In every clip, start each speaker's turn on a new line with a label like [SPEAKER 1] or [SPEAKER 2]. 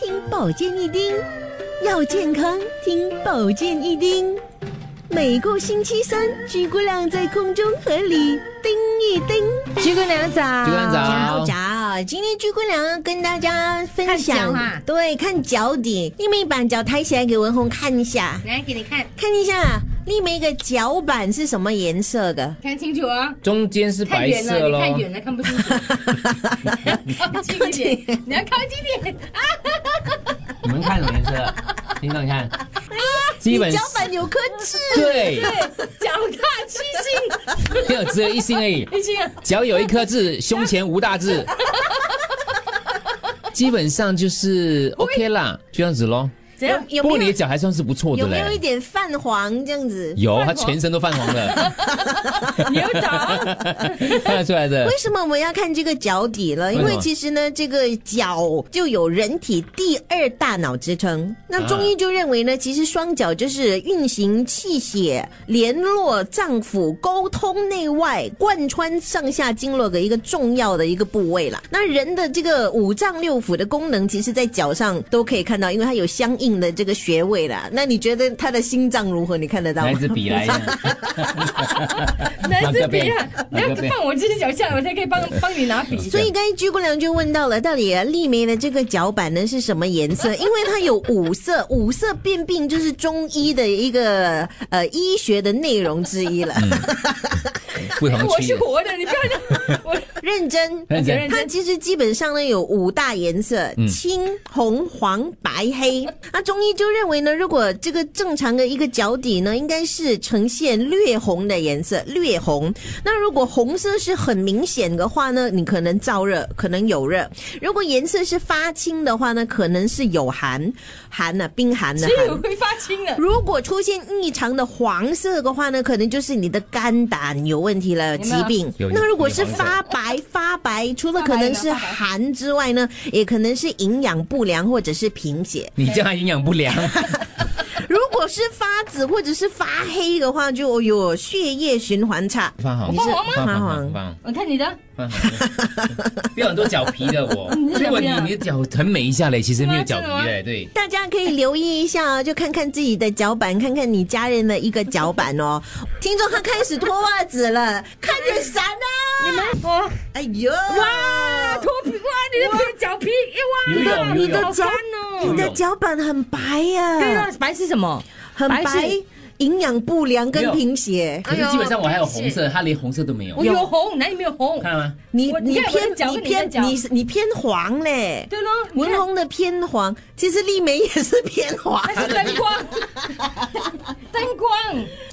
[SPEAKER 1] 听保健一丁，要健康听保健一丁。每个星期三，菊姑娘在空中和你叮一叮。
[SPEAKER 2] 鞠姑娘早，
[SPEAKER 3] 鞠姑娘早
[SPEAKER 1] 早早，今天菊姑娘跟大家分
[SPEAKER 2] 看脚
[SPEAKER 1] 享
[SPEAKER 2] 啊，
[SPEAKER 1] 对，看脚底，丽妹把脚抬起来给文红看一下，
[SPEAKER 2] 来给你看，
[SPEAKER 1] 看一下丽妹的脚板是什么颜色的？
[SPEAKER 2] 看清楚哦。
[SPEAKER 3] 中间是
[SPEAKER 2] 太
[SPEAKER 3] 白
[SPEAKER 2] 远了，
[SPEAKER 3] 色
[SPEAKER 2] 你
[SPEAKER 3] 咯，
[SPEAKER 2] 太远了，看不 清楚。你要靠近一点，你要靠近一点。
[SPEAKER 3] 你们看什么颜 色？你等看，基本
[SPEAKER 1] 你脚板有颗痣。
[SPEAKER 3] 对，
[SPEAKER 2] 脚踏七星，
[SPEAKER 3] 没有只有一星而已，
[SPEAKER 2] 已经
[SPEAKER 1] 啊
[SPEAKER 3] 脚有一颗痣，胸前无 大痣，基本上就是 OK 啦，这样子咯。
[SPEAKER 2] 怎样？
[SPEAKER 1] 有
[SPEAKER 3] 不过
[SPEAKER 1] 没
[SPEAKER 3] 你
[SPEAKER 1] 有
[SPEAKER 3] 的脚还算是不错的
[SPEAKER 1] 有没有一
[SPEAKER 3] 嘞，
[SPEAKER 1] 点泛黄这样子？
[SPEAKER 3] 有，他
[SPEAKER 2] 泛黄
[SPEAKER 3] 全身都泛 黄了，
[SPEAKER 2] 牛倒。
[SPEAKER 3] 看得出来的
[SPEAKER 1] 为。什么我们要看这个脚底了？因
[SPEAKER 3] 为
[SPEAKER 1] 为
[SPEAKER 3] 什么
[SPEAKER 1] 其实呢，这个脚就有人体第二大脑之称。那中医就认为呢，其实双脚就是运行气血、联络脏腑、沟通内外、贯穿上下经络的一个重要的一个部位啦。那人的这个五脏六腑的功能，其实在脚上都可以看到，因为它有相应的这个穴位啦。那你觉得他的心脏如何？你看得到
[SPEAKER 3] 拿一
[SPEAKER 1] 吗？
[SPEAKER 3] 支笔来一下，
[SPEAKER 2] 拿支笔啊
[SPEAKER 3] 哪个边，
[SPEAKER 2] 你
[SPEAKER 3] 哪
[SPEAKER 2] 要
[SPEAKER 3] 个边
[SPEAKER 2] 放我这只脚下来，我才可以 帮帮你拿笔。
[SPEAKER 1] 所以刚才鞠姑娘就问到了，到底丽梅的这个脚板呢是什么颜色？因为它有五色，五色辨病就是中医的一个呃医学的内容之一了。
[SPEAKER 3] 不同
[SPEAKER 2] 我
[SPEAKER 3] 区
[SPEAKER 2] 是
[SPEAKER 3] 域。
[SPEAKER 2] 活的，你不要让 我
[SPEAKER 1] 认真，
[SPEAKER 3] 认真嗯
[SPEAKER 1] 它其实基本上呢有五大颜色：青、红、黄、白、黑。那中医就认为呢，如果这个正常的一个脚底呢，应该是呈现略红的颜色，略红。那如果红色是很明显的话呢，你可能燥热，可能有热；如果颜色是发青的话呢，可能是有寒，寒呢、冰寒的
[SPEAKER 2] 只有
[SPEAKER 1] 寒。
[SPEAKER 2] 会发青的。
[SPEAKER 1] 如果出现异常的黄色的话呢，可能就是你的肝胆有问题了，
[SPEAKER 2] 有没
[SPEAKER 1] 疾
[SPEAKER 2] 有
[SPEAKER 1] 病。
[SPEAKER 3] 有
[SPEAKER 1] 那如果是
[SPEAKER 3] 有黄色
[SPEAKER 1] 发白，发白，除了
[SPEAKER 2] 发
[SPEAKER 1] 可
[SPEAKER 2] 白
[SPEAKER 1] 能
[SPEAKER 2] 呢
[SPEAKER 1] 是
[SPEAKER 2] 发白
[SPEAKER 1] 寒之外呢，也可能是营养不良或者是贫血。
[SPEAKER 3] 你这样营养 不良，
[SPEAKER 1] 如果是发紫或者是发黑的话，就有血液循环差。
[SPEAKER 3] 泛黄
[SPEAKER 1] 你是
[SPEAKER 2] 黄吗
[SPEAKER 1] 发
[SPEAKER 3] 黄，
[SPEAKER 1] 黄。
[SPEAKER 3] 泛黄。
[SPEAKER 2] 我看你的，
[SPEAKER 3] 啊掉很多脚皮的 我
[SPEAKER 2] 你，是
[SPEAKER 3] 结
[SPEAKER 2] 脚
[SPEAKER 3] 果
[SPEAKER 2] 皮
[SPEAKER 3] 你
[SPEAKER 2] 啊
[SPEAKER 3] 你的脚很美一下嘞，其实没有脚
[SPEAKER 2] 真的吗
[SPEAKER 3] 皮嘞，对。
[SPEAKER 1] 大家可以留意一下哦，就看看自己的脚板，看看你家人的一个脚板哦。听众他开始脱袜子了，看着闪啊！
[SPEAKER 2] 你们哇
[SPEAKER 1] 哎呦，
[SPEAKER 2] 哇脱皮哇，你的脚皮
[SPEAKER 3] 游
[SPEAKER 2] 一哇，
[SPEAKER 3] 泳游泳
[SPEAKER 2] 好干哦。
[SPEAKER 1] 你的脚板很白呀、
[SPEAKER 2] 对了，白是什么？
[SPEAKER 1] 很白
[SPEAKER 2] 白是，
[SPEAKER 1] 营养不良
[SPEAKER 3] 没
[SPEAKER 1] 跟
[SPEAKER 3] 有
[SPEAKER 1] 贫血。
[SPEAKER 3] 可
[SPEAKER 2] 哎
[SPEAKER 3] 是基本上我还有红色，它连红色都没有
[SPEAKER 2] 我，有红，哪里没有红？
[SPEAKER 3] 看到吗？
[SPEAKER 1] 你
[SPEAKER 2] 我
[SPEAKER 1] 你
[SPEAKER 2] 你看我的
[SPEAKER 1] 偏
[SPEAKER 2] 脚
[SPEAKER 1] 你
[SPEAKER 2] 跟你的
[SPEAKER 1] 偏
[SPEAKER 2] 脚
[SPEAKER 1] 你是你偏黄嘞，
[SPEAKER 2] 对啊喽，你
[SPEAKER 1] 文
[SPEAKER 2] 看
[SPEAKER 1] 红的偏黄，其实丽梅也是偏黄。
[SPEAKER 2] 那是灯 光，灯光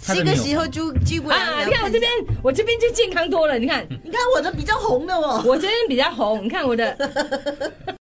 [SPEAKER 3] 它
[SPEAKER 1] 这个
[SPEAKER 3] 都没有
[SPEAKER 1] 时候就就不
[SPEAKER 2] 啊！你看我这边，我这边 就健康多了。你看，
[SPEAKER 1] 你看我的比较红的哦。
[SPEAKER 2] 我这边比较红，你看我的。